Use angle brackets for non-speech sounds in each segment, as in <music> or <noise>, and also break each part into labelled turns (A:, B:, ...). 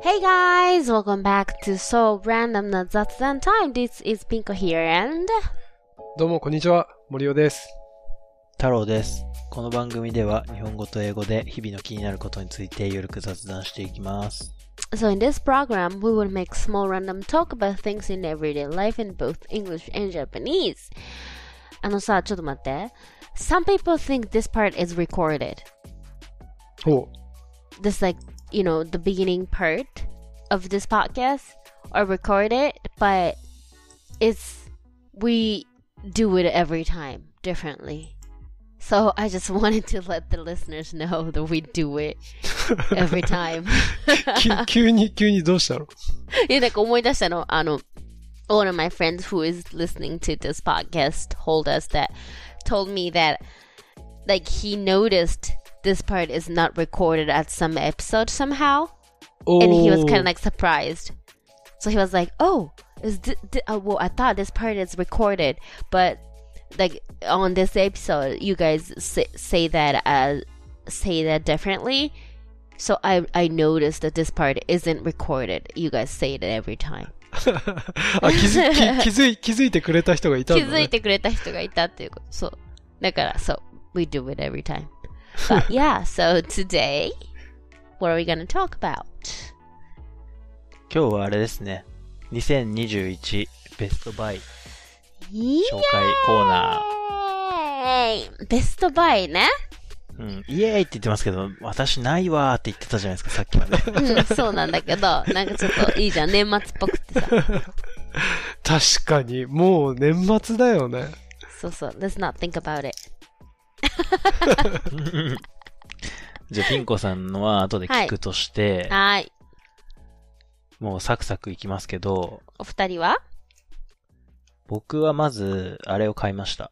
A: Hey guys, welcome back to So Random な雑談 Time. This is Pinko here and
B: どうも、こんにちは。森尾です。
C: 太郎です。この番組では日本語と英語で日々の気になることについてゆるく雑談していきます。
A: So in this program, we will make small random talk about things in everyday life in both English and Japanese. あのさ、ちょっと待って。Some people think this part is recorded.
B: お
A: This like, you know, the beginning part of this podcast are recorded, but it's we do it every time differently. So I just <laughs> wanted to let the listeners know that we do it every time. <laughs>
B: き急に、急にどうしたの
A: いや、なんか思い出したの。あの、one of my friends who is listening to this podcast told us that, told me that, like, he noticed this part is not recorded at some episode somehow.
B: お
A: And he was kind of like surprised. So he was like, oh, is thi- thi- uh, well, I thought this part is recorded, but like on this episode, you guys say, say that uh, say that differently. So I I noticed that this part isn't recorded. You guys say it every time.
B: <laughs> あ気づき気づい、気づいてくれた人がいたん
A: 気
B: だ、ね。
A: づいてくれた人がいたっていうこと。そう。だから、そう。We do it every time. But yeah, so today, what are we gonna talk about?
C: 今日はあれですね。2021ベストバイ
A: 紹
C: 紹介コーナ
A: ー。ベストバイね。
C: ー。うん。イエーイって言ってますけど、私ないわーって言ってたじゃないですか、さっき
A: <laughs>
C: まで。
A: うん、そうなんだけど、 <laughs> なんかちょっといいじゃん、年末っぽくってさ。
B: 確かに、もう年末だよね。
A: そうそう、let's not think about it.
C: じゃあ、ピンコさんのは後で聞くとして、
A: はーい。
C: もうサクサクいきますけど、
A: お二人は
C: 僕はまず、あれを買いました。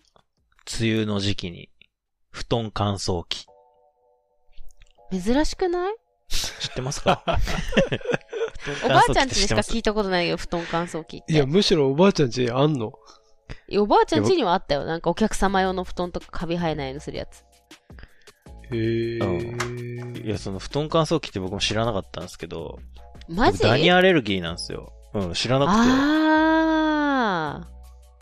C: 梅雨の時期に。布団乾燥機。
A: 珍しくない
C: 知ってますか
A: <laughs>
C: <laughs>
A: おばあちゃんちでしか聞いたことないよ、布団乾燥機っ
B: いや、
A: て。
B: むしろおばあちゃんちあんの
A: いやおばあちゃんちにはあったよ。なんかお客様用の布団とかカビ生えないのするやつ。
B: へ
C: い
B: ー。
C: や、その布団乾燥機って僕も知らなかったんですけど、
A: マ
C: 僕
A: ジ
C: ダニアレルギーなんですよ。うん、知らな
A: あ
C: く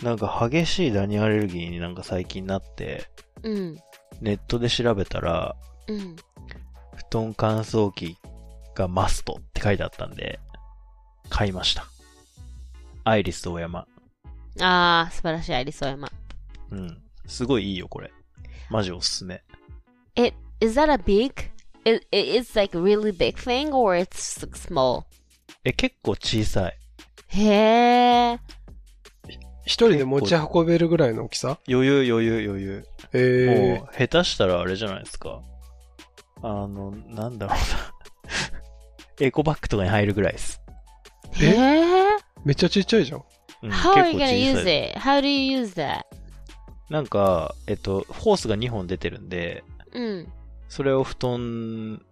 C: て。なんか激しいダニアレルギーになんか最近なって、
A: ー。うん。
C: ネットで調べたら、
A: うん。
C: 布団乾燥機がマストって書いてあったんで、買いました。アイリス大山。
A: あー、素晴らしい、アリソヤマ。
C: うん。すごいいいよ、これ。マジおすすめ。
A: It, is that a big? It, it's like really big thing or it's small?
C: え、結構小さい。
A: へー。
B: 一人で持ち運べるぐらいの大きさ
C: 余裕余裕余裕。
B: え
C: もう、下手したらあれじゃないですか。あの、なん <laughs> だろうな。エコバッグとかに入るぐらいです。
B: え
A: へー。
B: ー、めっちゃちっちゃいじゃん。
C: うん、
A: How are you
C: 結構
A: gonna
C: 小
A: use
C: さい。
A: it? How do you use that?
C: なんか、えっと、ホースが2本出てるんで、
A: うん。
C: それを布団、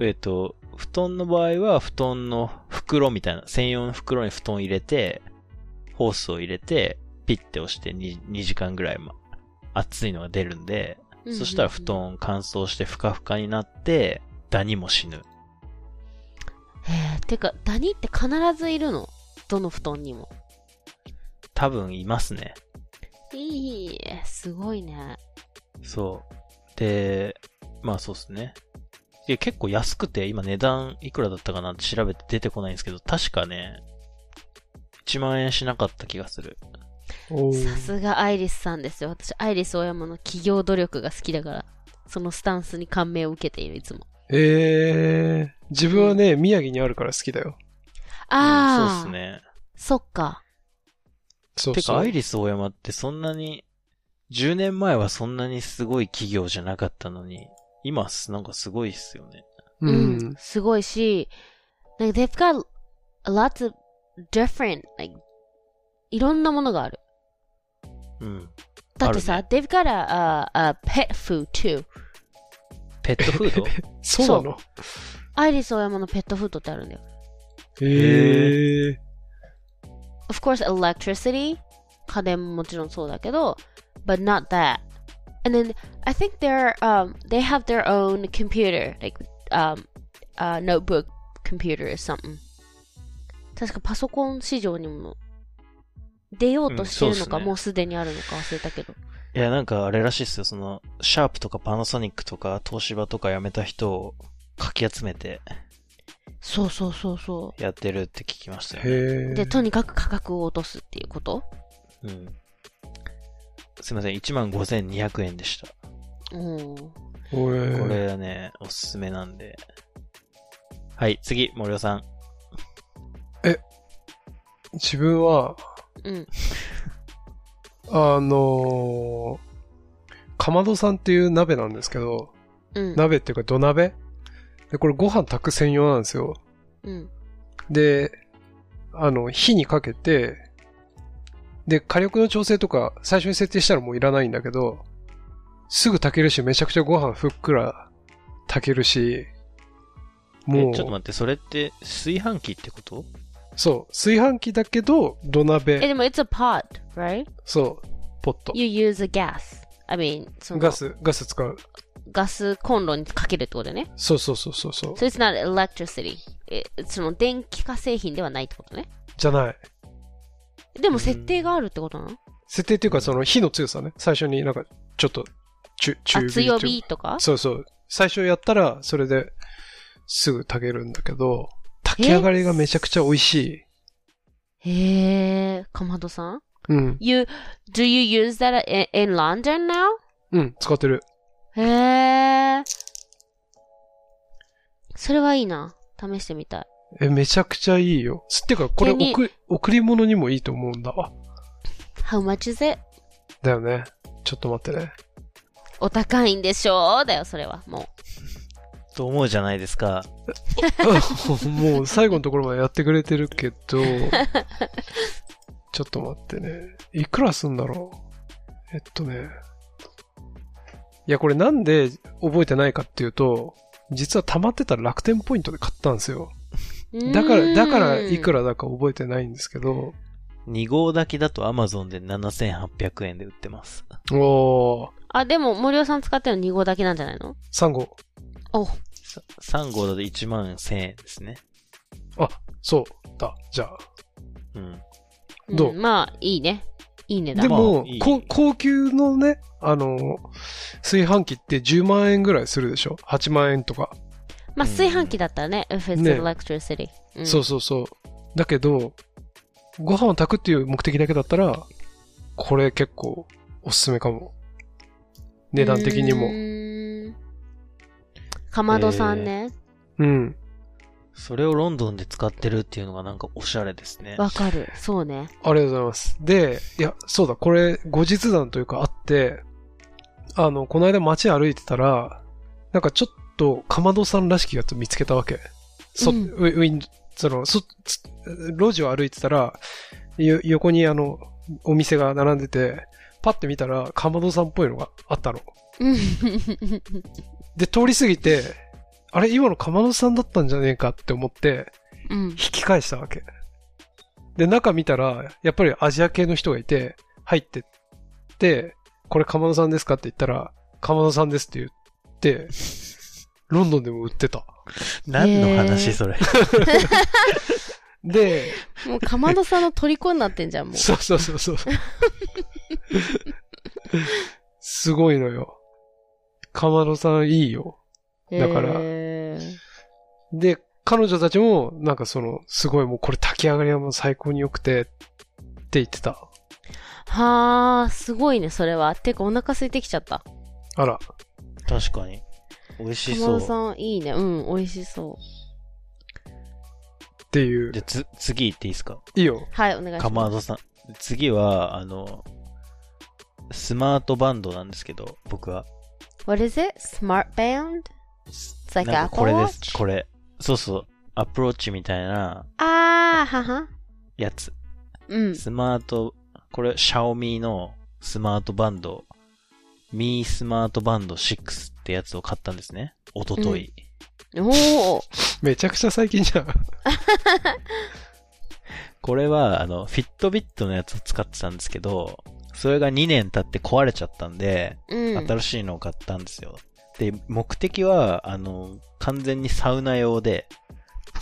C: えっと、布団の場合は、布団の袋みたいな、専用の袋に布団入れて、ホースを入れて、ピッて押して 2, 2時間ぐらい、ま、熱いのが出るんで、そしたら布
A: うんうん
C: 団乾燥してふかふかになって、ダニも死
A: う
C: ぬ。
A: ん。へえ、てか、ダニって必ずいるのどの布団にも。
C: 多分いますね。
A: いい、すごいね。
C: そう。で、まあそうですね。いや、結構安くて、今値段いくらだったかなって調べて出てこないんですけど、確かね、1万円しなかった気がする。
B: おー
A: さすがアイリスさんですよ。私、アイリス大山の企業努力が好きだから、そのスタンスに感銘を受けている、いつも。
B: えー、自分はね、宮城にあるから好きだよ。
A: ああ、
C: うんそうっすね。
A: そっか。
B: そう
C: て
B: そ
C: か、
B: う。
C: アイリス大山ってそんなに、10年前はそんなにすごい企業じゃなかったのに、今す、なんかすごいっすよね。
B: う
A: うん
B: ん。
A: すごいし、なんか they've got lots of different, like, いろんなものがある。
C: うん。
A: だってさ、
C: ある
A: they've got a, a, a pet food too.
C: ペットフ
B: <laughs>
C: ード
B: そうなの
A: アイリスオーヤマのペットフードってあるんだよ。
B: へえ
A: Of course, electricity. 家電ももちろんそうだけど、but not that. And then, I think they're, um, they have their own computer, like, um, uh, notebook computer or something. 確かパソコン市場にも出ようとしてるのか、
C: うんそうっすね
A: もうすでにあるのか忘れたけど。
C: いや、なんかあれらしいっすよ。その、シャープとかパナソニックとか東芝とか辞めた人をかき集めて
A: そうそうそうそ
C: やってるって聞きましたよ、ね。
B: へ
A: う。
B: え
A: で、。とにかく価格を落とすっていうこと
C: うん。すいません、15,200円でした。
A: うん。
B: おえ
C: これはね、おすすめなんで。はい、次、森尾さん。
B: 自分は、
A: うん。
B: あのーかまどさんっていう鍋なんですけど、
A: うん。
B: 鍋っていうか土鍋で、これご飯炊く専用なんですよ。
A: うん。
B: で、あの、火にかけて、で、火力の調整とか最初に設定したらもういらないんだけど、すぐ炊けるし、めちゃくちゃご飯ふっくら炊けるし、も
C: え、
B: う、
C: ちょっと待って、それって炊飯器ってこと
B: そう、炊飯器だけど土
A: え、
B: 鍋、
A: でも、it's a pot, right?
B: そう、ポット。
A: You use a gas. I mean, その
B: ガス、ガス使う。
A: ガスコンロにかけるってことね。
B: そうそうそうそうそう。
A: So it's not electricity. えその電気化製品ではないってことね。
B: じゃない。
A: でも設定があるってことなの、
B: 設定っていうか、その火の強さね。最初になんか、ちょっと、中、中火
A: あ、強火とか
B: そうそう。最初やったら、それですぐ炊けるんだけど、炊き上がりがめちゃくちゃ美味しい。
A: へえ、かまどさん
B: うん。
A: ?You, do you use that in, in London now?
B: うん、使ってる。
A: へえ。それはいいな。試してみたい。
B: え、めちゃくちゃいいよ。すってか、これ
A: 手に
B: 送、贈り物にもいいと思うんだわ。
A: How much is it?
B: だよね。ちょっと待ってね。
A: お高いんでしょうだよ、それは。も
C: と思うじゃないですか。
B: もう最後のところまでやってくれてる
C: <laughs>
B: けど、ちょっと待ってね。いくらすんだろう。えっとね。いや、これなんで覚えてないかっていうと、実は溜まってた楽天ポイントで買ったんですよ。
A: う。
B: だから、だからいく
A: ら
B: らだか覚えてないんですけど、
C: 2号だけだと Amazon で7800円で売ってます。
B: おー、
A: あ、でも、森尾さん使ってるの2号だけなんじゃないの
B: 3号。
A: お、
C: さ3号だと1万1000円ですね。
B: あ、そうだ。じゃあ。
C: うん。
A: うん
B: どう
A: まあ、いいね。いい値
B: で
A: 段。
B: も、
C: まあいい
B: こ高級のね、あの、炊飯器って10万円ぐらいするでしょ ?8 万円とか。
A: まあ、炊飯器だったらね。If it's
B: ね
A: electricity. うん
B: そうそうそう。だけど、ご飯を炊くっていう目的だけだったら、これ結構おすすめかも。値段的に
A: う
B: も。
A: ーんかまどさんね。
B: うん。
C: それをロンドンで使ってるっていうのがなんかおしゃれですね。
A: わ、かる。そうね。
B: ありがとうございます。で、いや、そうだ、これ、後日談というかあって、あの、この間街歩いてたら、なんかちょっと、かまどさんらしきやつ見つけたわけ。そ、
A: うん
B: ウィウィン、その、そ、つ路地を歩いてたら、よ横にあの、お店が並んでて、パッて見たら、かまどさんっぽいのがあったの。
A: うん
B: で、通り過ぎて、あれ、今のかまどさんだったんじゃねえかって思って、
A: うん
B: <laughs> 引。き返したわけ。で、中見たら、やっぱりアジア系の人がいて、入ってって、これかまどさんですかって言ったら、かまどさんですって言って、ロンドンでも売ってた。
C: 何の
A: へ
C: 話
A: ー
C: それ。 <laughs>
B: で、
A: もうかまどさんの虜になってんじゃん、もう。
B: そうそうそうそう。すごいのよ。かまどさんいいよ。だから
A: へー
B: で、彼女たちも、なんかその、すごいもうこれ炊き上がりはもう最高に良くて、って言ってた。
A: はあ、すごいね、それは。てか、お腹空いてきちゃった。か
B: あら。
C: 確かに。美味し
A: ま
C: そ
A: ど
C: う。
A: さん、いいね。うん、美味しそう。
B: っていう
C: じ。ゃ、つ、次行っていいですか
B: いいよ。
A: はい、お願いします。
C: かまどさん。次は、あの、スマートバンドなんですけど、僕は。
A: What is it? Smart band? It's like
C: なんかこれ
A: Apple
C: です。
A: Watch？
C: これ。そうそう。アプローチみたいな
A: あー、はは。
C: やつ。
A: うん。
C: スマート、これ、シャオミのスマートバンド、ミースマートバンド6ってやつを買ったんですね。おととい。
A: おー。
B: めちゃくちゃ最近じゃん。
C: これは、あの、フィットビットのやつを使ってたんですけど、それが2年経って壊れちゃったんで、
A: うん。 <laughs>
C: 新しいのを買ったんですよ。で、目的は、あの、完全にサウナ用で、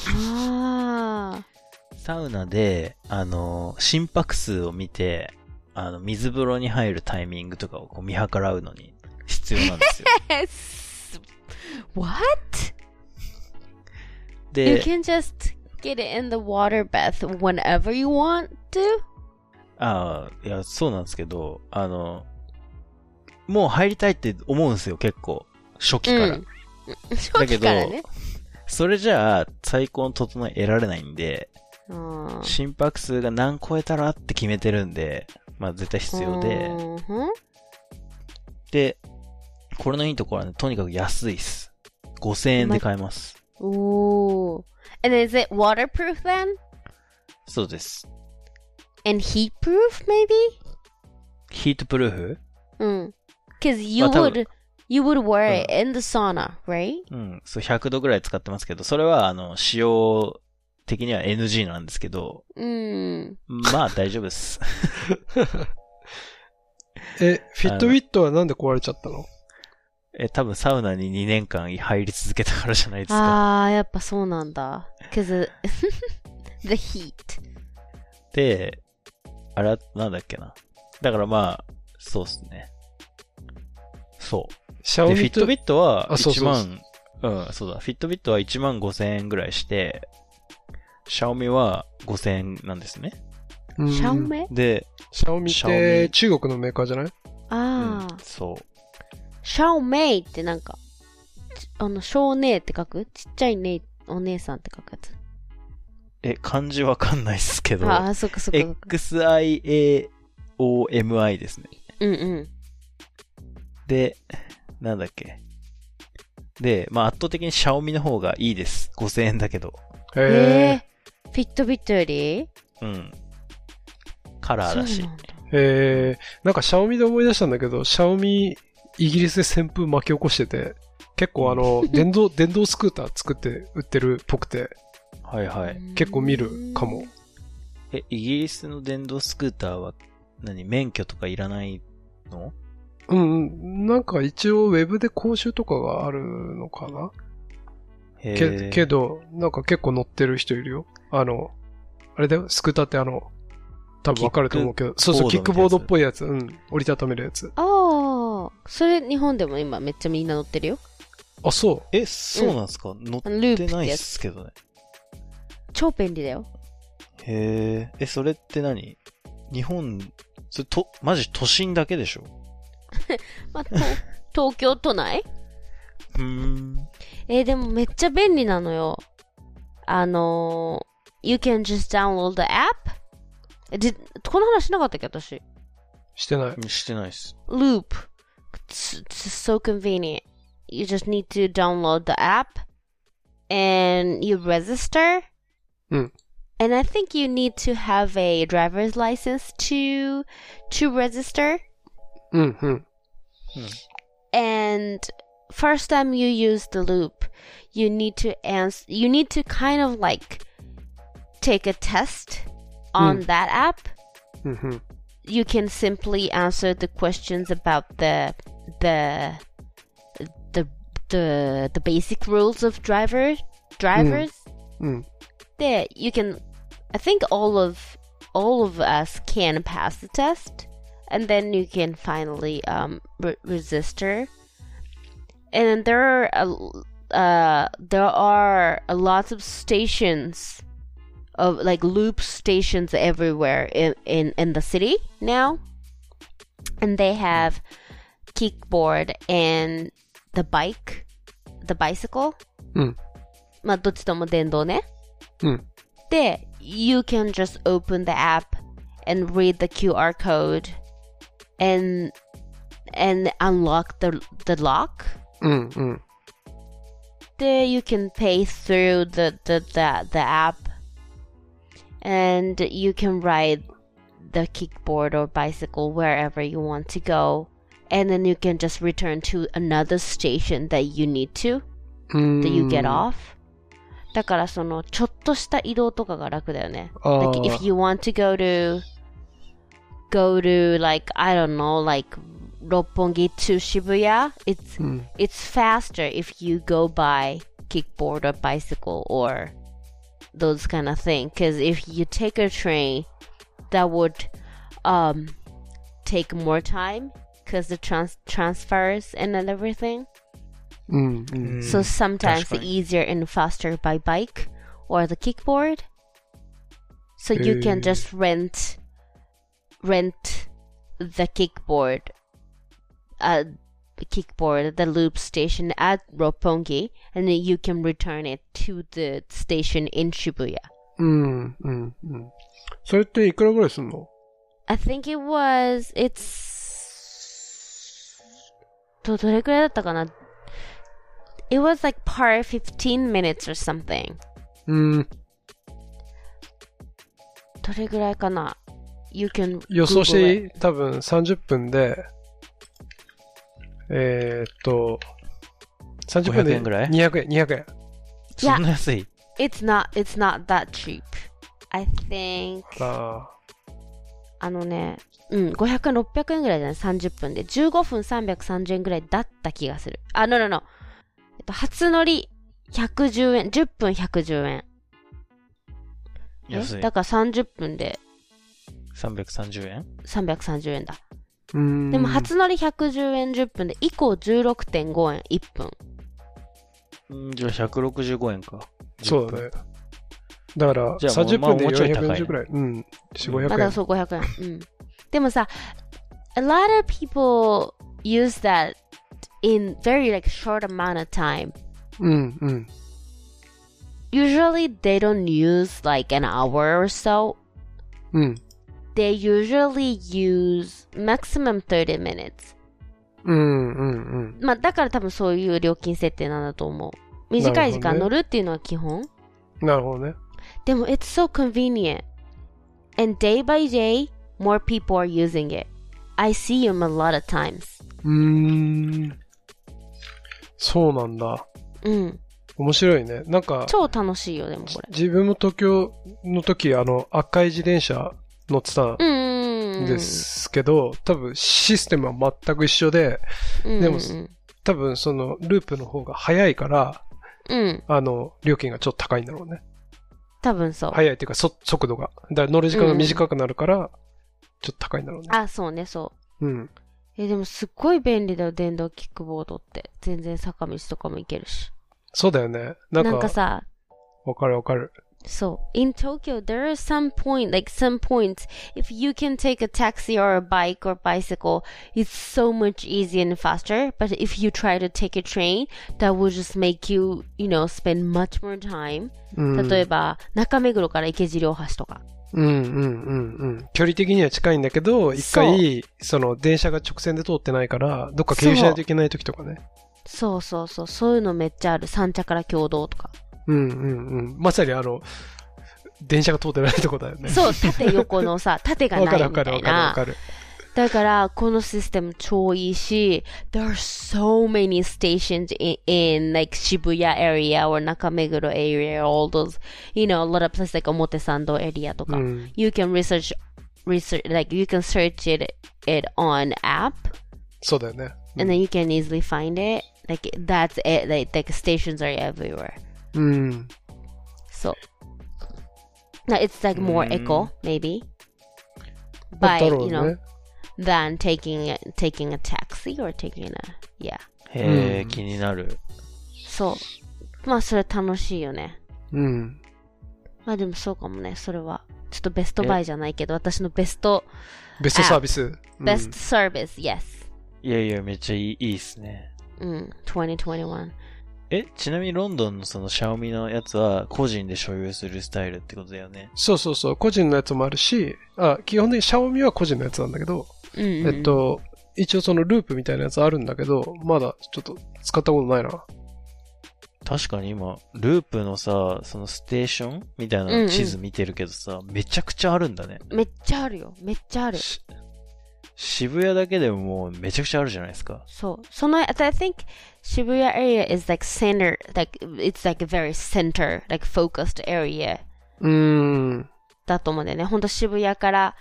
A: あ
C: サウナで、あの、心拍数を見て、あの、水風呂に入るタイミングとかをこう見計らうのに必要な
A: <laughs>
C: んですよ。
A: あ。す What?
C: で
A: you、can just get it in the water bath whenever you want to?
C: ああ、いや、そうなんですけど、あの、もう入りたいって思うんですよ、結構。初期から。
A: <laughs> うん。初期からね。
C: それじゃあ、最高の整え得られないんで、
A: うん
C: 心拍数が何超えたらって決めてるんで、まあ絶対必要で。
A: うんふん
C: で、これのいいところはね、とにかく安いっす。5000円で買えます。
A: Ooh. And is it waterproof then?
C: そうです。
A: And heat proof maybe?
C: ヒートプルーフ
A: Mm. Cause you
C: まあ、多分。
A: would Mm. you would wear it in the sauna, right?
C: うん。そう、100度ぐらい使ってますけど、それは、あの、使用的には NG なんですけど、
A: Mm.
C: まあ大丈夫です。 <laughs>
B: え、フィットビットはなんで壊れちゃったの
C: え、多分サウナに2年間入り続けたからじゃないですか。
A: ああ、やっぱそうなんだ。Cause it- <laughs> the heat.
C: で、あれは、なんだっけな。だからまあ、そうっすね。そ
B: シャ
C: う。
B: オ
C: で、フィ
B: ミ
C: ット
B: と
C: ビットは
B: あそう
C: 1
B: そうそう
C: 万、うん、そうだ。フィットビットは1万5千円ぐらいして、シャオミは5千円なんですね。
B: うんシャ
A: Xiaomi?
C: で、
B: オミっ
C: シャオ
B: て
C: ミ
B: 中国のメーカーじゃない
C: うん
A: ああ。、
C: そう。
A: シャオメイってなんか、ちあの、少姉って書くちっちゃいねお姉さんって書くやつ。
C: え、漢字わかんないっすけど、
A: ああ、そっかそっかそっか。
C: XIAOMI ですね。
A: うんうん。
C: で、なんだっけ。で、まあ圧倒的にシャオミの方がいいです。5000円だけど。
A: えー、フィットビットより
C: うん。カラーだ
A: そ
C: し
A: う。なんだ
B: えー、えー、なんかシャオミで思い出したんだけど、シャオミイギリスで旋風巻き起こしてて、結構あの、 <laughs> 電動、電動スクーター作って売ってるっぽくて、
C: はいはい。
B: 結構見るかも。
C: え、イギリスの電動スクーターは、何、免許とかいらないの
B: うんうん、なんか一応ウェブで講習とかがあるのかな
C: へ
B: け
C: ー
B: けど、なんか結構乗ってる人いるよ。あの、あれだよ、スクーターってあの、多分わかると思うけど、そうそう、キッ
C: キッ
B: ク
C: ク
B: ボ
C: ボ
B: ー
C: ー
B: ド
C: ド
B: っぽいやつ、うん、折りたためるやつ。
A: ああ、それ日本でも今めっちゃみんな乗ってるよ。
B: あ、そ
C: え、そうなんですか、乗っ
A: あのループっ
C: てな
A: て
C: いっ
A: やつ。
C: すけどね。
A: 超便利だよ。
C: へえ。え、それって何日本、それと、マジ都心だけでしょ
A: まあ、
B: <laughs>
A: と東京都内
C: うーん。
A: えーでもめっちゃ便利なのよ。あのー、You can just download the app? えで、この話しなかったっけ私。
B: う、してない。
C: してないっす。
A: loop. It's, it's just so convenient. You just need to download the app and you register.
B: Mm.
A: And I think you need to have a driver's license to to register.
B: うん、うん。
A: And first time you use the loop, you need to ans you need to kind of like take a test on
B: Mm.
A: that app.
B: うん、うん。
A: you can simply answer the questions about the the the the, the basic rules of driver drivers
B: うん。
A: there you can i think all of all of us can pass the test and then you can finally um re- register and there are a l- uh there are a lots of stations of like loop stations everywhere in in, in the city now and they have kickboard and the bike the bicycle
B: うん。
A: まあどっちとも電動ね。
B: うん。
A: で you can just open the app and read the QR code and and unlock the the lock.
B: うん、うん。
A: There you can pay through the the the, the app and you can ride the kickboard or bicycle wherever you want to go and then you can just return to another station that you need to
B: うん
A: that you get off. だからそのちょっとした移動とかが楽だよね。
B: あー
A: Like if you want to go to go to like I don't know like 六本木 to Shibuya, it's
B: うん。
A: it's faster if you go by kickboard or bicycle or those kind of thing because if you take a train that would um take more time because the trans- transfers and then everything
B: うんうん。
A: so sometimes
C: Dashboard.
A: easier and faster by bike or the kickboard so you can
B: Mm.
A: just rent rent the kickboard uh kickboard the loop station at roppongi and then you can return it to the station in shibuya
B: うんうんうん。それっていくらぐらいすんの
A: I think it was it's どどれくらいだったかな It was like par 15 minutes or something
B: うん。
A: どれぐらいかな ?You can
B: 予想してい
A: Google
B: い多分30分で、えー、っと、30分で
C: 500円ぐらい
B: 200円、200円。
A: いや
C: そんな安い
A: it. It's not, it's not that cheap. I think,
B: あ
A: あのね、うん、500円、600円ぐらいじゃない ?30 分で。15分330円ぐらいだった気がする。あ、no, no, no. えっと、初乗り110円、10分110円。え
C: 安い
A: だから30分で
C: 330円
A: 330円だ。
B: ーうん。
A: でも、初乗り110円10分で、以降16.5円1分。
C: うんじゃあ165円か
B: そうだ
C: ね
B: ね。だから、
C: じゃあもう
B: 30
C: まあ
B: 分で
C: もうちょい高いね
B: 440ぐらい。うん。4、500円。
A: まだそう500円。うん。でもさ、a lot of people use that in very like short amount of time.
B: うんうん。
A: Usually they don't use like an hour or so.
B: うん。
A: They usually use maximum 30 minutes.
B: うんうんうん。
A: まあだから多分そういう料金設定なんだと思う。
B: なるほどね
A: 短い時間乗るっていうのは基本。
B: なるほどね。
A: でも it's so convenient. And day by day, more people are using it. I see them a lot of times.
B: うーん。そうなんだ。
A: うん。
B: 面白いね。なんか、
A: 超楽しいよ、でもこれ。
B: 自分も東京の時、あの、赤い自転車乗ってたん
A: うん
B: ですけど、多分システムは全く一緒で、
A: うん
B: でも
A: うん
B: 多分そのループの方が早いから、
A: うん、
B: あの、料金がちょっと高いんだろうね。
A: 多分そう。
B: 早いっていうか、そ速度が。だから乗る時間が短くなるから、ちょっと高いんだろうね。
A: あ、そうね、そう。
B: うん。
A: え、でもすっごい便利だよ、電動キックボードって。全然坂道とかも行けるし。
B: そうだよね。な
A: なん
B: ん
A: か
B: か、
A: さ、
B: わかるわかる。
A: そう。In Tokyo, there are some point, like some points, if you can take a taxi or a bike or bicycle, it's so much easier and faster. But if you try to take a train, that will just make you, you know, spend much more time.
B: うん。
A: 例えば、中目黒から池尻大橋とか。
B: うんうんうんうん。距離的には近いんだけど、一回、その電車が直線で通ってないから、どっか経由しないといけない時とかね。
A: そうそうそう、そういうのめっちゃある。三茶から共同とか。
B: うんうんうん。まさにあの、電車が通ってないとこだよね。
A: そう、縦横の
B: <laughs>
A: さ、縦が
B: わかる
A: ない
B: わ
A: み
B: か
A: た
B: るわ
A: い
B: かるわ
A: な。
B: かる。
A: だから、このシステム超いいし、there are so many stations in, in like Shibuya area or Nakameguro area, all those, you know, a lot of places like Omotesando area とか。
B: うん
A: You can research, research, like you can search it, it on app.
B: そうだよね。
A: And then you can easily find it. Like, that's it. Like, like stations are everywhere.
B: うん。
A: So, now it's like more eco, maybe.
B: ま
A: By
B: あだろ
A: you
B: う
A: know
B: ね。
A: than taking a- taking a taxi or taking a yeah.
C: へえ、
B: うん
C: 気になる
A: そう。まあそれ楽しいよね。
B: うん。
A: まあでもそうかもね。それはちょっとベストバイじゃないけど、私のベスト
B: ベストサービス。うん
A: ベストサービス yes。Mm,
C: いやいやめっちゃいいいいっすね
A: うん。2021。
C: えちなみにロンドンのそのシャオミのやつは個人で所有するスタイルってことだよね
B: そうそうそう。個人のやつもあるし、あ、基本的にシャオミは個人のやつなんだけど、
A: うんうん、
B: えっ。と、一応そのループみたいなやつあるんだけど、まだちょっと使ったことないな。
C: 確かに今、ループのさ、そのステーションみたいなの地図見てるけどさ、めちゃくちゃあるんだね。
A: めっちゃあるよ。めっちゃある。
C: し渋谷だけでももうめちゃくちゃあるじゃないですか。
A: そう。その、I think Shibuya area is like center, like it's like a very center, like focused area.
B: うーん。
A: だと思うんだよね。ほんと渋谷から、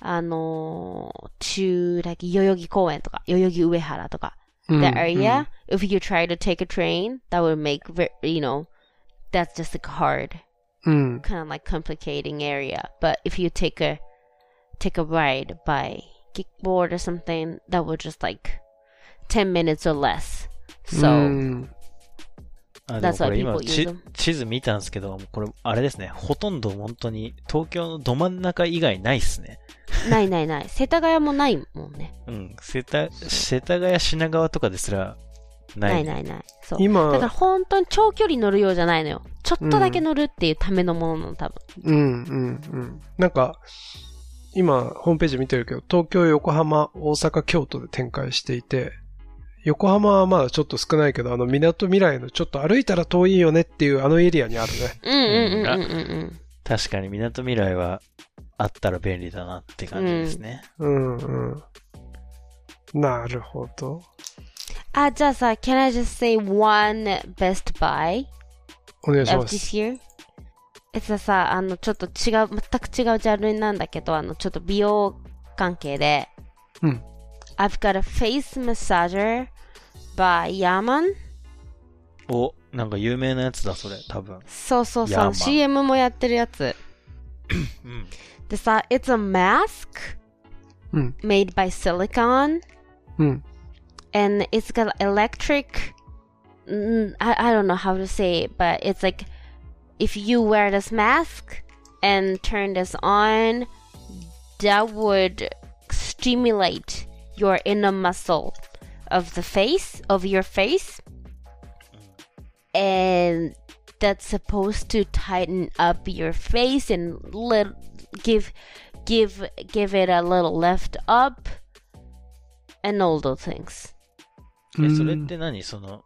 A: あのー中、like 代々木公園とか、代々木上原とか、
B: う
A: that
B: ん
A: area,、if you try to take a train, that would make, ve- you know, that's just like hard.
B: うん。
A: kind of like complicating area. But if you take a take a ride by kickboard or something, that will just like ten minutes or less.
B: う
A: So
B: ん
C: あ、でもこ
A: That's
C: れ
A: why
C: 今
A: people use
C: 地
A: them.
C: 地図見たんですけど、もうこれ、あれですね。ほとんど本当に、東京のど真ん中以外ないっすね。
A: <laughs> ないないない。世田谷もないもんね。
C: うん。世田、世田谷品川とかですら、ない。
A: ないないない。そう。だから
B: 今、
A: 本当に長距離乗るようじゃないのよ。ちょっとだけ乗るっていうためのものなの多分。
B: うんうんうん。なんか、今、ホームページ見てるけど、東京、横浜、大阪、京都で展開していて、横浜はまだちょっと少ないけど、あの、港未来のちょっと歩いたら遠いよねっていうあのエリアにあるね。
A: うんうんうんうんうん
C: 確かに、港未来は、あったら便利だなって感じですね。
B: うんうん。なるほど。
A: うん。あ、じゃあさ、can I just say one best buy?
B: お願いし
A: of
B: ます
A: this。year? えっとさ、あの、ちょっと違う、全く違うジャンルなんだけど、あの、ちょっと美容関係で、
B: うん。
A: I've got a face massager by Yaman.
C: お、なんか有名なやつだ、それ、多分。
A: そうそうそう、
C: Yaman
A: CM もやってるやつ。
C: うん。
A: でさ、It's a mask
B: うん。
A: made by silicon
B: うん。
A: and it's got electric. mm, I, I don't know how to say it, but it's like if you wear this mask and turn this on, that would stimulate your inner muscle of the face, of your face. And that's supposed to tighten up your face and lit- give give give it a little lift up and all those things.
B: う
C: え、
B: ん
C: それって何その、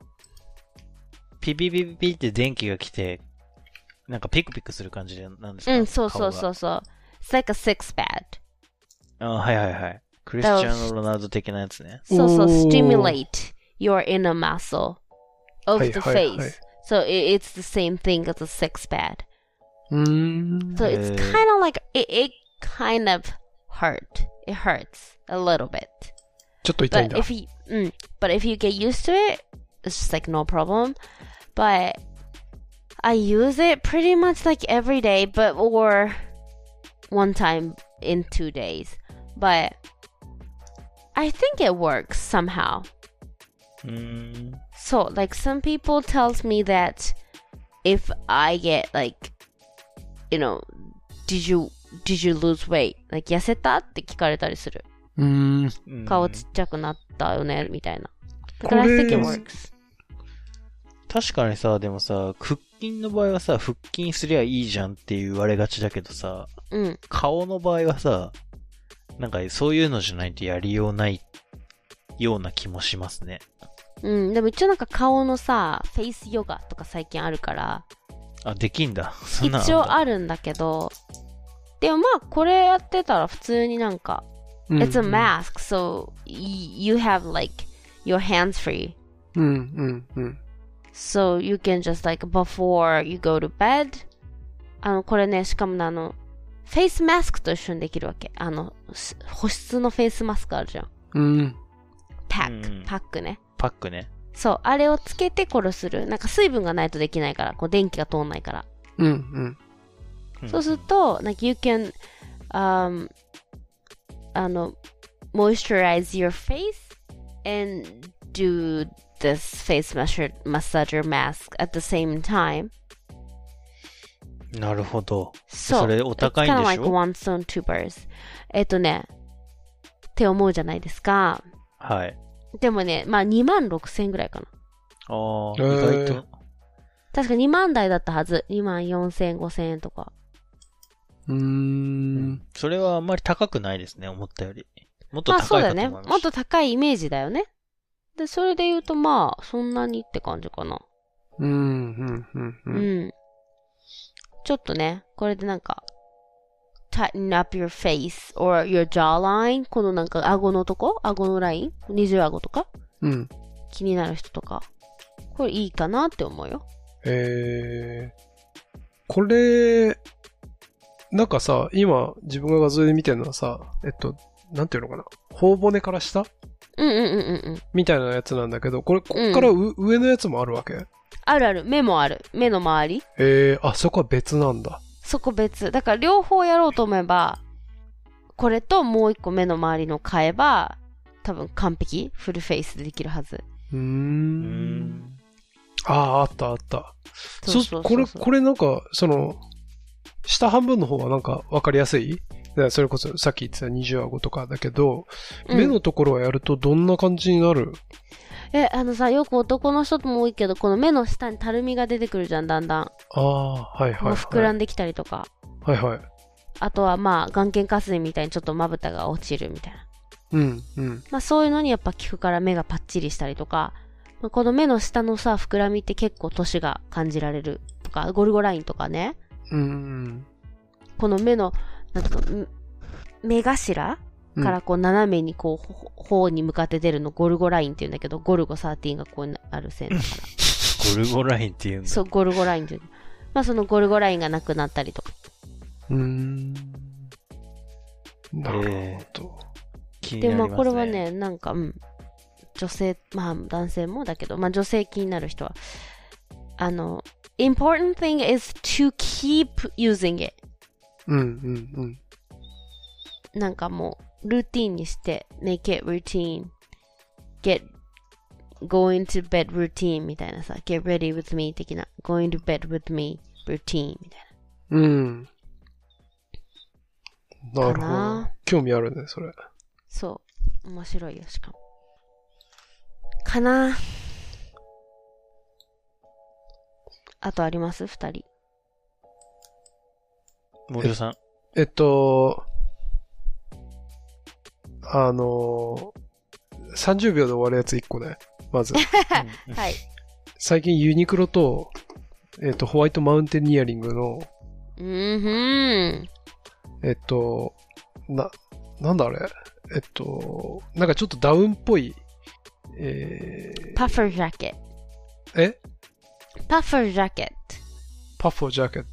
C: ピピピピピって電気が来て、なんかピクピクする感じなんですか。
A: うん、そうそうそううそう。It's like a six pad.
C: 顔があ、はいはいはい。クリスチャーノ・ロナウド的なやつね。
A: そうそう、
B: おー
A: stimulate your inner muscle of
B: はい
A: the
B: はいはい
A: face. So i- it's the same thing as a six pad.
B: うーん。
A: So it's
C: へー
A: kind of like, it, it kind of hurt. It hurts a little bit.
B: ちょっと痛いん
A: But
B: だ。
A: if you, うん but if you get used to it, it's just like no problem. But I use it pretty much like every day, but or one time in two days. But I think it works somehow.
C: うーん。
A: So like some people tells me that if I get like you know did you did you lose weight? Like 痩せたって聞かれたりする。
B: うーん。
C: うん
A: 顔ちっちゃくなったよねみたいな。だ
B: こ
A: から I
B: れ
A: think it works.
C: 確かにさ、でもさ、腹筋の場合はさ、腹筋すりゃいいじゃんって言われがちだけどさ、
A: うん。
C: 顔の場合はさ、なんかそういうのじゃないとやりようないような気もしますね。
A: うん、でも一応なんか顔のさ、フェイスヨガとか最近あるから、
C: あ、できんだ。そんなのんだ
A: 一応あるんだけど、でもまあこれやってたら普通になんか、
B: うん
A: It's a mask, so y- you have like your hands free.
B: うんうんうん。
A: So you can just like before you go to bed. あの、これね、しかもねあの、フェイスマスクと一緒にできるわけ。あの、す保湿のフェイスマスクあるじゃん。
B: うん。
A: パ
C: うん
A: ック、パックね。
C: パックね。
A: そう、あれをつけて殺する。なんか水分がないとできないから、こう電気が通んないから。
B: うんうん。
A: そうすると、like you can, um, あの、moisturize your face and do this face masher- massager mask at the same time.
C: うんなるほど。
A: そう。
C: それお高いん
A: It's
C: で
A: kinda
C: しょ
A: like one stone two birds. えっとね、って思うじゃないですか。
C: はい。
A: でもね、まあ2万6千円ぐらいかな。
C: ああ、
B: えー
C: 意外と。
A: 確か2万台だったはず。2万4千5千円とか。
B: うーん。
C: それはあんまり高くないですね、思ったより。もっと
A: まあそう
C: 高
A: だ
C: いか
A: よね。
C: と思いました。
A: もっと高いイメージだよね。で、それで言うとまあ、そんなにって感じかな。
B: うんうんうんう。
A: うんん。ちょっとね、これでなんか、tighten up your face or your jawline このなんか顎のとこ顎のライン二重顎とか
B: うん。
A: 気になる人とか。これいいかなって思うよ。
B: えー、これ、なんかさ、今自分が画像で見てるのはさ、えっと、なんていうのかな。頬骨から下
A: うんうんうんうんうん。
B: みたいなやつなんだけど、これ、こっからう、上のやつもあるわけ。
A: あるある。目もある。目の周り。
B: えー、あ、そこは別なんだ。
A: そこ別。だから両方やろうと思えば、これともう一個目の周りの買えば、多分完璧。フルフェイスでできるはず。
B: うー。
C: うんん。
B: ああ、あったあった。そこれ、こ
A: れ。
B: れなんか、その、下半分の方はなんか分かりやすいだからそれこそさっき言ってた20顎とかだけど、
A: うん
B: 目のところはやるとどんな感じになる
A: え、あのさ、よく男の人とも多いけど、この目の下にたるみが出てくるじゃん、だんだん。
B: ああ、はいはい、
A: もう
B: はい。
A: 膨らんできたりとか。
B: はいはい。
A: あとはまあ、眼瞼下垂みたいにちょっとまぶたが落ちるみたいな。
B: うん、うん。
A: まあそういうのにやっぱ効くから目がパッチリしたりとか、まあこの目の下のさ、膨らみって結構年が感じられるとか、ゴルゴラインとかね、
B: うん。
A: この目の、なんていうの、ん目頭
B: うん
A: からこう斜めにこう、ほ頬に向かって出るのゴルゴラインって言うんだけど、ゴルゴ13がこうある線だから。
C: ゴルゴラインっていうんだ。
A: そう、ゴルゴラインっていうの。まあそのゴルゴラインがなくなったりとか。
B: うーん。なるほど。
C: 気にな
A: で
C: り
A: ま
C: ま
A: あ
C: すね。
A: これはねなんかうん女性まあ男性もだけどまあ女性気になる人はあの important thing is to keep using it
B: うんうんうん。
A: なんかもうルーティンにして make it routine get going to bed routine みたいなさ get ready with me 的な going to bed with me routine みたい
B: うん。な
A: か
B: るほど
A: な。
B: 興味あるね、それ。
A: なそう面白いよしかもかなあとあります二人
C: 森尾さん。
A: <laughs>
B: えっと、あのー、30秒で終わるやつ1個ね。まず。
A: はい
B: 最近ユニクロと、えっと、ホワイトマウンテニアリングの、
A: うん
B: えっと、な、なんだあれえっと、なんかちょっとダウンっぽい、えー
A: パファージャケッ
B: え
A: ト。パファージャケット。
B: パフォージャケッ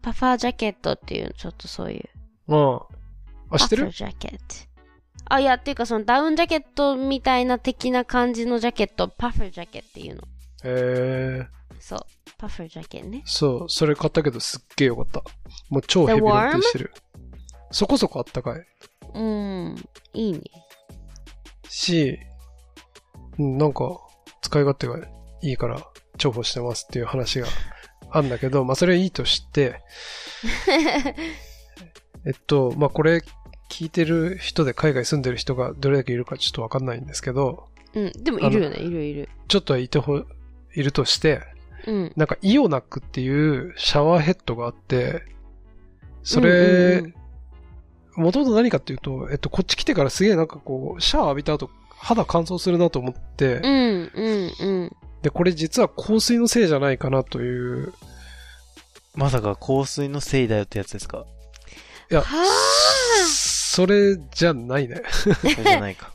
A: パファージャケットっていう、ちょっとそういう。
B: ト。うん。あ、知って
A: パフ
B: る
A: ァージャケット。あ、いや、っていうかそのダウンジャケットみたいな的な感じのジャケット、パファージャケットっていうの。
B: えー、
A: そう。パファージャケットね。
B: そう、それ買ったけどすっげえよかった。もう超ヘビロテしてる。そこそこあったかい。
A: うん。いいね。
B: し、うんなんか、使い勝手がいいから重宝してますっていう話があんだけど、まあそれはいいと
A: <laughs>
B: して、えっと、まあこれ聞いてる人で海外住んでる人がどれだけいるかちょっとわかんないんですけど、
A: うん。でもいるよね。いるいる。
B: ちょっとはいてほ、いるとして、
A: うん。
B: なんかイオナックっていうシャワーヘッドがあって、そ
A: うんう
B: れ
A: んうん、
B: もともと何かっていうと、えっと、こっち来てからすげえなんかこう、シャワー浴びた後、肌乾燥するなと思って、
A: うん、うん、うん。
B: で、これ実は香水のせいじゃないかなという、
C: まさか香水のせいだよってやつです
A: <laughs>
C: か
B: いや、
A: はあ
B: それじゃないね。
C: それじゃないか。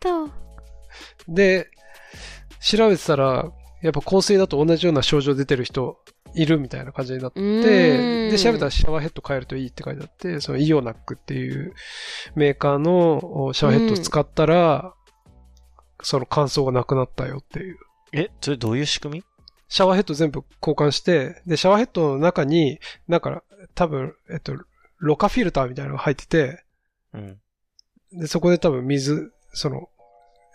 A: と。
B: で、調べてたら、やっぱ香水だと同じような症状出てる人いるみたいな感じになって、
A: うん
B: で、調べたらシャワーヘッド変えるといいって書いてあって、そのイオナックっていうメーカーのおシャワーヘッドを使ったら、その乾燥がなくなったよっていう。
C: え、それどういう仕組み
B: シャワーヘッド全部交換して、で、シャワーヘッドの中に、なんか、多分、えっと、ろ過フィルターみたいなのが入ってて、
C: うん。
B: で、そこで多分水、その、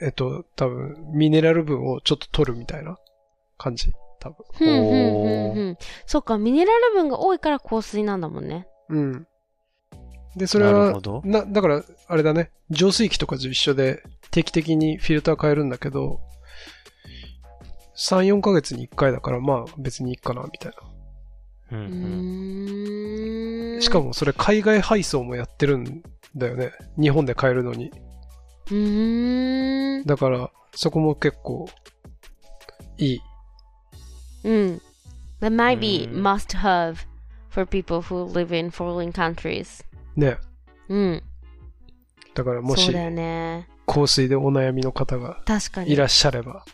B: えっと、多分、ミネラル分をちょっと取るみたいな感じ。多分。
A: ふんふんふんふん。そっか、ミネラル分が多いから香水なんだもんね。
B: うん。で、それ
C: なる
B: は
C: ほ、ど。
B: な、だから、あれだね、浄水器とかと一緒で、定期的にフィルター変えるんだけど、3、4ヶ月に1回だから、まあ別にいいかな、みたいな。
C: う
A: う
C: んう。
A: んーん。
B: しかもそれ海外配送もやってるんだよね。日本で買えるのに。
A: うーん。
B: だから、そこも結構、いい。
A: Mm. That might be
C: Mm.
A: must have for people who live in foreign countries.
B: ね。
A: うん。
B: だからも
A: そう
B: し、
A: だよね。
B: 香水でお悩みの方が
A: 確か
B: い
A: に。
B: らっしゃれば。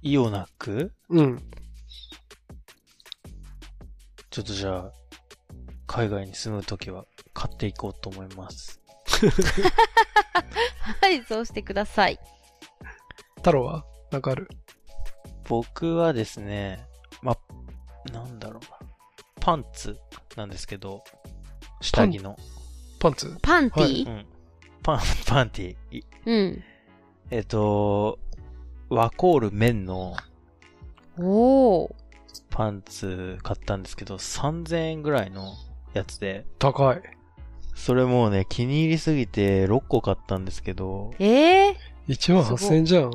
C: イオナック
B: うん。
C: ちょっとじゃあ、海外に住むときは買っていこうと思います。
A: はい、そうしてください。
B: 太郎はなんかある
C: 僕はですね、ま、なんだろうな。パンツなんですけど、下着の。
B: パンツ
A: パンティ
C: うん。パン、パンティ。い
A: うん。
C: えっと、ワコール麺の
A: おー。
C: パンツ買ったんですけど、3000円ぐらいのやつで、
B: 高い。
C: それもうね、気に入りすぎて6個買ったんですけど、
A: えー、
B: 1万8000円じゃん。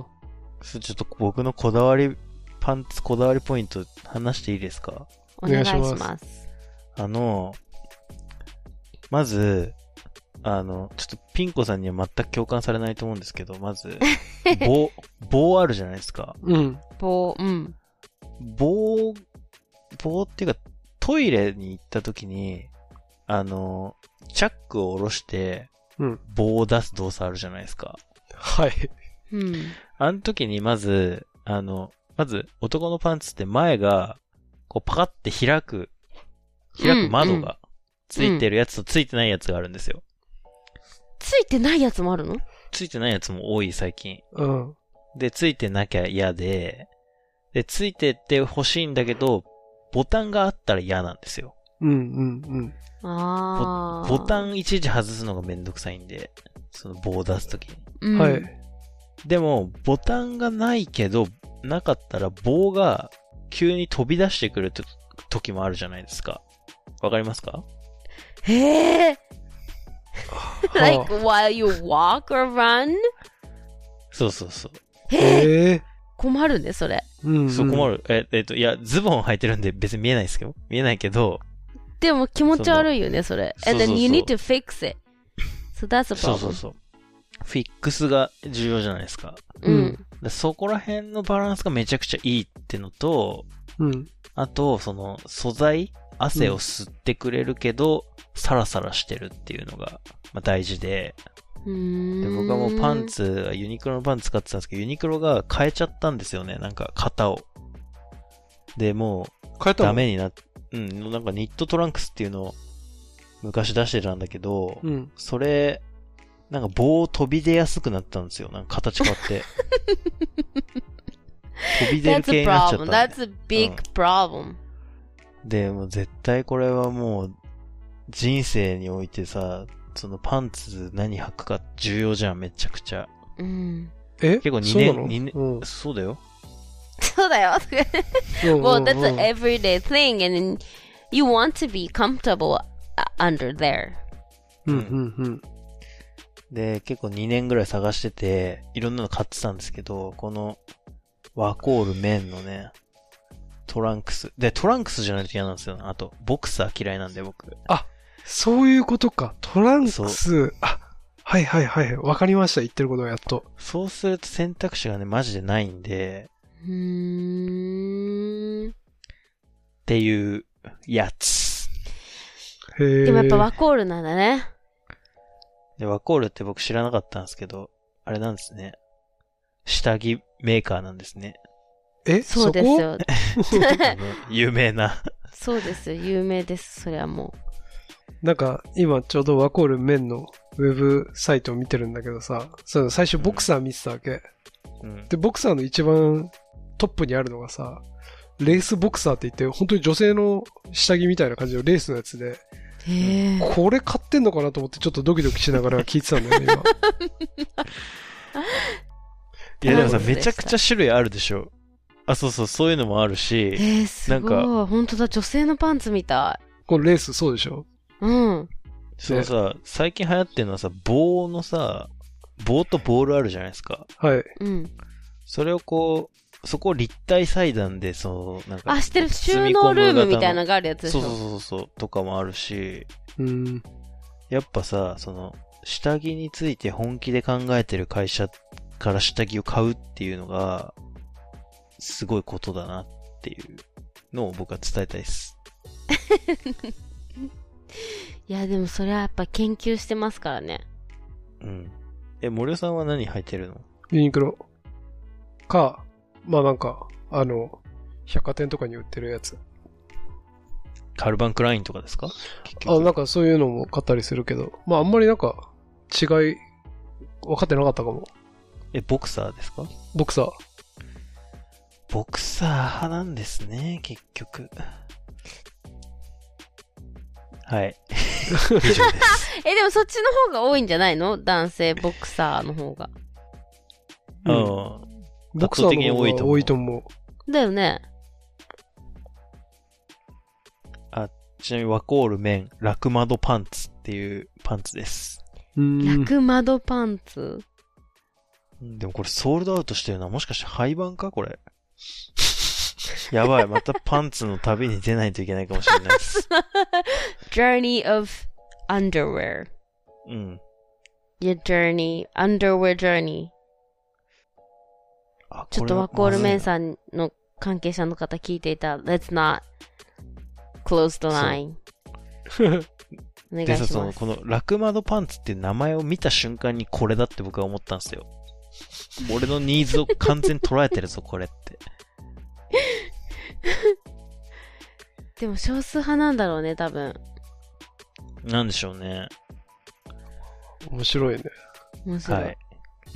C: ちょっと僕のこだわり、パンツこだわりポイント話していいですか
A: お願いし
B: お願いし
A: ま。
B: ます
C: あの、まず、あの、ちょっとピンコさんには全く共感されないと思うんですけど、まず、棒、棒あるじゃないですか。
B: うん。
A: 棒、うん。
C: 棒、棒っていうか、トイレに行った時に、あの、チャックを下ろして、
B: うん
C: 棒を出す動作あるじゃないですか。
B: はい。
A: うん。
C: あの時にまず、あの、まず男のパンツって前が、こうパカって開く、開く窓がついてるやつとついてないやつがあるんですよ。
A: ついてないやつもあるの
C: ついてないやつも多い最近。
B: うん。
C: で、ついてなきゃ嫌で、で、ついてって欲しいんだけど、ボタンがあったら嫌なんですよ。
B: うんうんうん。
A: あー。
C: ボタンいちいち外すのがめんどくさいんで、その棒を出すときに。
A: うん <laughs>
B: はい。
C: でも、ボタンがないけど、なかったら棒が急に飛び出してくると時もあるじゃないですか。わかりますか
A: へえ。
B: は
A: like while you walk or run?
C: そうそうそう。
B: あ
A: へえ。
B: ええ
A: 困るね、それ。
B: うんうん。
C: そう困る。え、えっと、いや、ズボン履いてるんで別に見えないですけど、見えないけど、
A: でも気持ち悪いよね、それ。
C: その
A: And then you
C: そう
A: need to fix it. So that's a
C: そうそう
A: problem.
C: そう。フィックスが重要じゃないですか。
A: ううん。
C: でそこら辺のバランスがめちゃくちゃいいってのと、
B: うん。
C: あと、その、素材、汗を吸ってくれるけど、サラサラしてるっていうのが、まあ、大事で
A: うーん
C: で、僕はもうパン。ツ、ユニクロのパンツ使ってたんですけど、ユニクロが変えちゃったんですよね、なんか型を。で、もう
B: 変えたの
C: ダ。メになっ、うん、なんかニットトランクスっていうのを昔出してたんだけど、
B: うん。
C: それ、なんか棒飛び出やすくなったんですよ、なんか形変わ
A: <laughs>
C: って。飛び出る
A: That's
C: 系
A: a
C: になっちゃったん
A: problem.
C: で。
A: That's a big problem.
C: で、もう絶対これはもう、人生においてさ、そのパンツ何履くか重要じゃん、めちゃくちゃ。
A: うん。 <laughs>
B: え
C: 結構二年
B: そうなの
C: 二年
B: うん
C: そうだよ。
A: そうだよ。
B: うんうん
A: well,
B: うん
A: that's an everyday thing, and then you want to be comfortable uh, under there.
B: うんうん
C: で、結構2年ぐらい探してて、いろんなの買ってたんですけど、この、ワコール麺のね、トランクス。で、トランクスじゃないと嫌なんですよ。あと、ボクサー嫌いなんで僕。
B: そういうことか。トランク
C: そ
B: ス。あ、はいはいはい。わかりました。言ってることがやっと。
C: そうすると選択肢がね、マジでないんで、
A: うーん。
C: っていう、やつ。
B: へえ。
A: でもやっぱワコールなんだね。
C: で、ワコールって僕知らなかったんですけど、あれなんですね。下着メーカーなんです
A: <laughs>
C: ね。
B: え、
A: そうです
B: こ
A: よ。
C: あの有名な。
A: <laughs> そうですよ。有名です。それはも
B: なんか、今ちょうどワコールメンのウェブサイトを見てるんだけどさ、そう最初ボクサー見てたわけ。
C: うん、
B: で、ボクサーの一番トップにあるのがさ、レースボクサーって言って、本当に女性の下着みたいな感じのレースのやつで、
A: う。へえ。
B: これ買ってんのかなと思ってちょっとドキドキしながら聞いてたんだよね、
A: <laughs>
B: 今。
C: いやでもさ、
A: トランクス
C: め
A: で
C: ち
A: した
C: ゃくちゃ種類あるでしょ。あ、そうそう、そういうのもあるし、
A: えー、すごい。
C: なんか
A: 本当だ。女性のパンツみたい。
B: このレースそうでしょ
A: うん。
C: そのさ、最近流行ってるのはさ、棒のさ、棒とボールあるじゃないですか。
B: はい。
A: うん。
C: それをこう、そこを立体裁断で、その、なんか、
A: あ、してる。収
C: 包み込
A: 納
C: む
A: ルームみたい
C: 型
A: な
C: の
A: のがあるやつでし
C: そ
A: ょ。
C: うそうそうそう、とかもあるし、
B: うん。
C: やっぱさ、その、下着について本気で考えてる会社から下着を買うっていうのが、すごいことだなっていうのを僕は伝えたいです。
A: いや、でもそれはやっぱ研究してますからね。
C: うん。え、森尾さんは何履いてるの
B: ユニクロ。か、まあなんか、あの、百貨店とかに売ってるやつ。
C: カルバンクラインとかですか結
B: あ、
C: 局。
B: なんかそういうのも買ったりするけど、まああんまりなんか、違い、分かってなかったかも。
C: え、ボクサーですか
B: ボクサー。
C: ボクサー派なんですね、結局。 <laughs> はい。以上 <laughs> です。
A: え、でもそっちの方が多いんじゃないの男性ボクサーの方が。
B: う
C: う
B: ん
C: ん。
B: ボクサーの方が多
C: 多
B: い
C: い
B: と
C: と
B: 思う。
A: だよね。
C: ちなみにワコールメン、ラクマドパンツっていうパンツです。
B: うん。
A: 楽窓パンツ。
C: うんでもこれソールドアウトしてるのはもしかして廃盤かこれ。 <laughs> やばい、またパンツの旅に出ないといけないかもしれない
A: <laughs>
C: です。
A: Journey of Underwear.
C: うん。
A: Your journey. Underwear journey.
C: あ
A: ちょっとワコールメン
C: ん。
A: さんの関係者の方聞いていたら、Let's not close the
C: <laughs>
A: line. お願いし
C: で
A: ま
C: さ、
A: す。
C: その、このラクマドパンツっていう名前を見た瞬間にこれだって僕は思ったんですよ。俺のニーズを完全に捉えてるぞ、これって。
A: でも少数派なんだろうね、多分。
C: なんでしょうね。
B: 面白いね。
A: 面白。
C: はい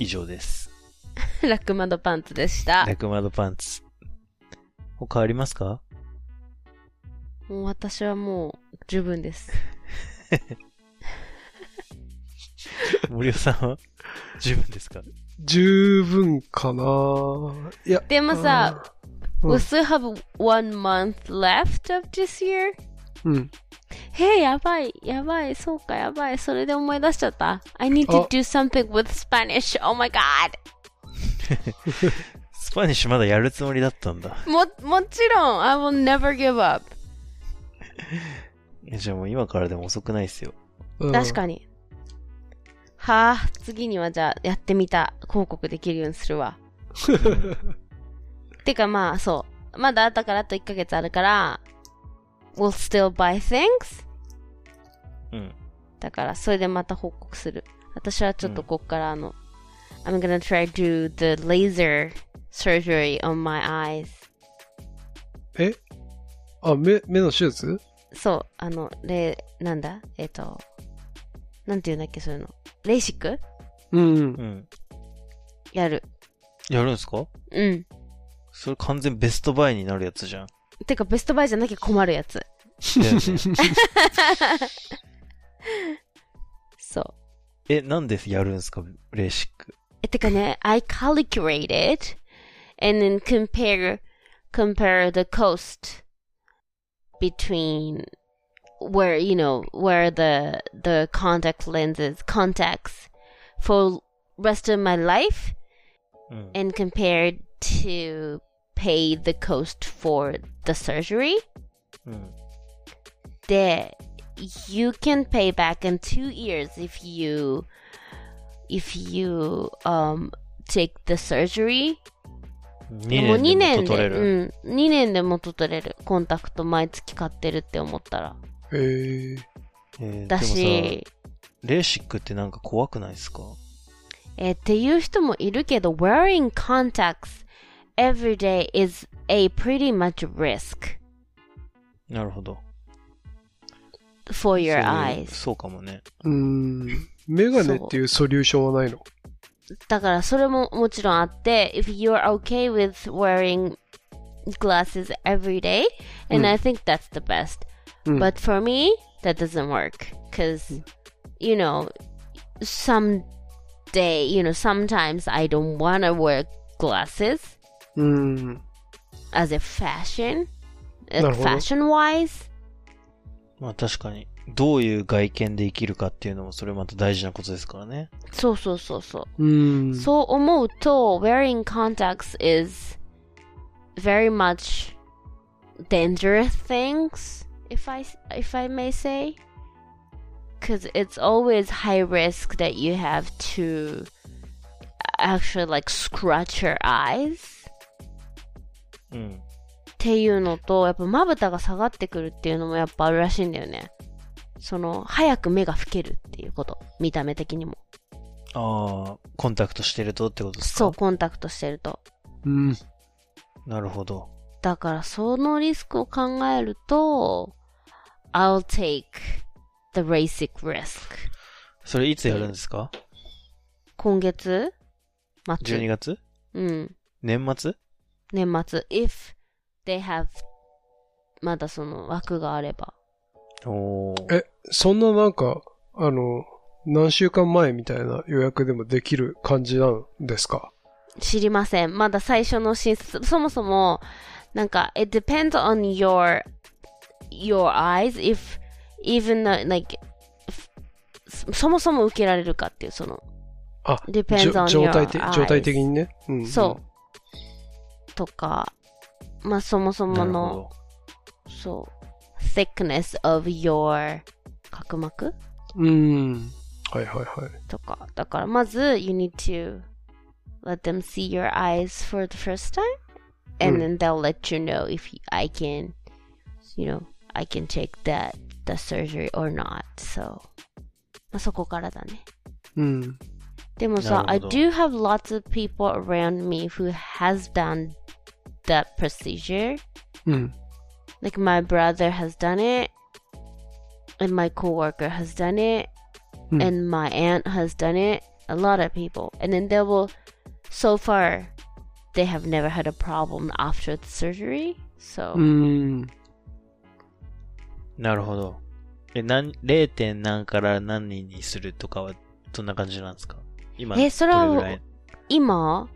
A: <laughs>
C: い。以上です。
A: ラクマドパンツでした。
C: ラクマドパンツ。他ありますか
A: もう私はもう十分です。
C: 森尾さんは十分ですか
B: 十分かないや。
A: でもさ、
B: うん
A: we still have one month left of this year?
B: うん。
A: Hey, やばい、やばい、そうか、やばい。それで思い出しちゃった。I need to
B: あ
A: do something with Spanish. Oh my god!
C: スパニッシュまだやるつもりだったんだ。
A: も、もちろん、I will never give up.
C: えじゃあもう今からでも遅くないですよ。
B: うん
A: 確かに。はあ、次にはじゃあやってみた広告できるようにす
B: <laughs>
A: るわ。てかまあそう。まだあったからあと1ヶ月あるから、we'll still buy things?
C: うん。
A: だからそれでまた報告する。私はちょっとこっからあの、I'm gonna try to do the laser surgery on my eyes.
B: えあ、目、目の手術
A: そう、あの、れ、なんだえっ、と、なんて言うんだっけそういうの。レーシック
B: うん
C: う。ん。
A: やる。
C: やるんですか
A: うん。
C: それ完全ベストバイになるやつじゃん。
A: てかベストバイじゃなきゃ困るやつ。
C: だよね
A: そう。
C: <laughs> え、なんでやるんですかレーシック。
A: え、てかね、I calculated and then compare, compare the cost between where, you know, where the, the contact lenses, contacts for rest of my life
C: うん。
A: and compared to pay the cost for the surgery.
C: うん。
A: で you can pay back in two years if you if you um take the surgery もう
C: 2
A: 2
C: 年で
A: 年
C: 元取れ
A: で
C: る。
A: うん2年で元取れるコンタクト毎月買ってるって思ったら
B: えー
C: えー
A: だ
C: でもさ
A: し
C: レーシックってなんか怖くないですか
A: えーっていう人もいるけど wearing contacts every day is a pretty much risk
C: なるほど。
A: for
C: そうい
A: your
C: う
A: eyes
C: そうかもね。
B: うん。メガネっていうソリューションはないの
A: だからそれももちろんあって if you're okay with wearing glasses every day and
B: うん
A: I think that's the best
B: うん。
A: But for me, that doesn't work because, you know, some day, you know, sometimes I don't want to wear glasses
B: うん。
A: as a fashion,
B: なるほど
A: fashion wise.
C: まあ確かに。どういう外見で生きるかっていうのもそれまた大事なことですからね。
A: そうそうそうそう。
B: うん。
A: そう思うと、wearing contacts is very much dangerous things, if I if I may say, because it's always high risk that you have to actually like scratch your eyes.
C: うん。
A: っていうのと、やっぱまぶたが下がってくるっていうのもやっぱあるらしいんだよね。その、早く目が老けるっていうこと。見た目的にも。
C: ああ、コンタクトしてるとってことですか
A: そう、コンタクトしてると。
B: うん。
C: なるほど。
A: だからそのリスクを考えると、I'll take the basic risk.
C: それいつやるんですか
A: 今月末。
C: ?12 月
A: うん。
C: 年末
A: 年末 if they have まだその枠があれば
C: おー
B: え、そんななんか、あの、何週間前みたいな予約でもできる感じなんですか
A: 知りませんまだ最初の審査そもそもなんか it depends on your your eyes if even the- like f- そもそも受けられるかっていうその
B: あ
A: depends
B: じょ
A: on
B: 状
A: your
B: 態的
A: eyes
B: 状態的にね。うん、
A: そうとかまあそもそも
C: なるほ
A: の
C: ど。
A: そう thickness of your 角膜
B: うん。はいはいはい。
A: とか。だからまず、you need to let them see your eyes for the first time. And
B: うん
A: then they'll let you know if you- I can, you know, I can take that, the surgery or not. So, まあそこからだね。
B: うん。
A: でもさ、
C: な
A: I
C: るほど
A: do have lots of people around me who has done that procedure.
B: うん。
A: Like my brother has done it, and my coworker has done it,
B: Hmm.
A: and my aunt has done it. A lot of people, and then they will. So far, they have never had a problem after the surgery. So
B: うん。
C: なるほど。え、なん、0. 点何から何人にするとかは、どんな感じなんですか今、
A: えそれは
C: どぐらい
A: 今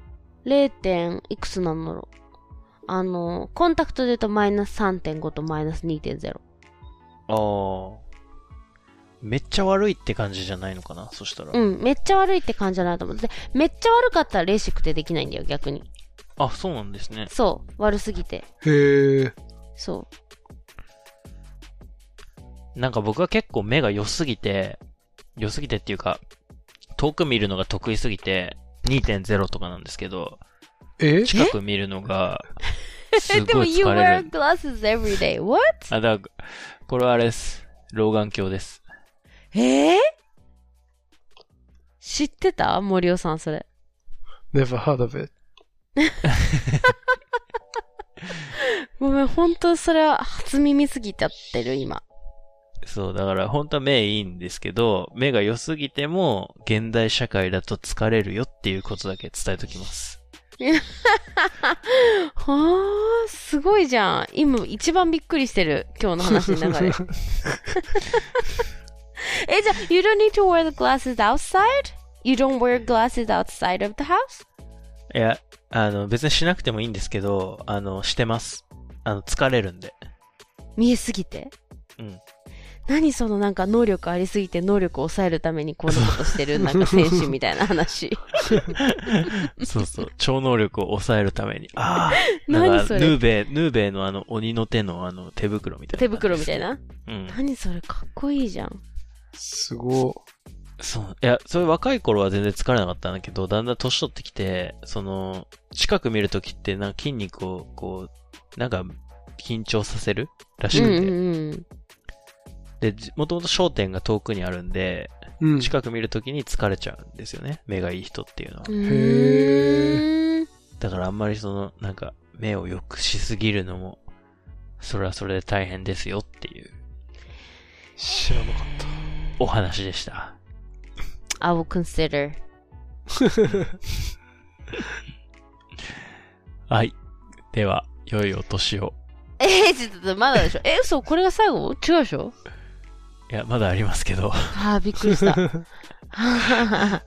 A: 0点いくつなんだろう。あのコンタクトで言うとマイナス3.5とマイナス2.0。
C: ああ。めっちゃ悪いって感じじゃないのかなそしたら。
A: うん、めっちゃ悪いって感じじゃないと思って。でめっちゃ悪かったらレーシックってできないんだよ逆に。
C: あ、そうなんですね。
A: そう悪すぎて。
B: へえ。
A: そう。
C: なんか僕は結構目が良すぎて、良すぎてっていうか、遠く見るのが得意すぎて、2.0とかなんですけど、
B: え
C: 近く見るのが、
A: <laughs>
C: す
A: で
C: ご
A: も
C: い
A: you
C: 疲
A: wear
C: れる。
A: glasses every day. What?
C: あ、だから、これはあれです。老眼鏡です。
A: えー、知ってた森尾さんそれ。
B: ?never heard of it.
A: ごめん、本当それは初耳すぎちゃってる今。
C: そう、だから本当は目いいんですけど、目が良すぎても、現代社会だと疲れるよっていうことだけ伝えときます。
A: はあ、すごいじゃん。今一番びっくりしてる。今日の話の中
C: <laughs>
A: で。え、じゃあ、you don't need to wear the glasses outside? You don't wear glasses outside of the house?
C: いや、あの、別にしなくてもいいんですけど、あの、してます。あの、疲れるん
A: <laughs>
C: で。
A: 見えすぎて。
C: うん。
A: 何そのなんか能力ありすぎて能力を抑えるためにこんなことしてるなんか選手みたいな話。
C: <laughs> そうそう。超能力を抑えるために。ああ。な
A: <laughs> 何
C: ん
A: そ
C: か、
A: れ
C: ヌーベイ、ヌーベイのあの、鬼の手のあの、手袋みたいな。
A: 手袋みたい。な。
C: うん。
A: 何それかっこいいじゃん。
B: <laughs> すご
C: そう。いや、それ若い頃は全然疲れなかったんだけど、だんだん年取ってきて、その、近く見るときって、なんか筋肉を、こう、なんか、緊張させるらし
A: う
C: く
A: ん
C: て。
A: うん
C: で、じもともと焦点が遠くにあるんで、
B: い。うん。
C: 近く見るときに疲れちゃうんですよね。目がいい人っていうのは
A: う。ん。
B: へ
A: うーん
C: だからあんまりその、なんか、目を良くしすぎるのも、それはそれで大変ですよっていう
B: 知らな <laughs> かった。
C: お話でした。
A: I will consider.
C: はい。では、良いお年を。
A: えー、ちょっと待って、まだでしょ。 <laughs> え、嘘、これが最後違うでしょ
C: いや、まだありますけど、
A: ああ、びっくり
C: <laughs>
A: した。は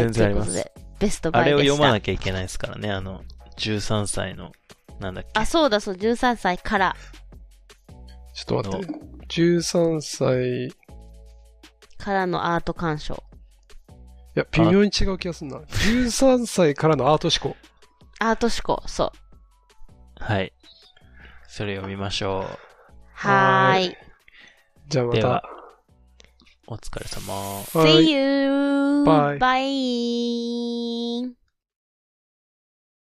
A: い、
C: 全然あります
A: ということで、ベストバ
C: あ
A: イでし
C: れ
A: た。
C: を読まなきゃいけないですからね、あの、13歳の、なんだっけ、
A: あ、そうだ、そう、13歳から、
B: ちょっと待って。13歳。い
A: からのアート鑑賞。
B: や、微妙に違う気がする <laughs> な。13歳からのアート思考。
A: アート思考、そう。
C: はい。それを見ましょ
A: は
B: は
A: ー
B: ー
A: い
B: い。じゃあま
C: では
B: た。
C: う。お疲れ様。
B: はい
A: See you!
B: Bye.
A: Bye!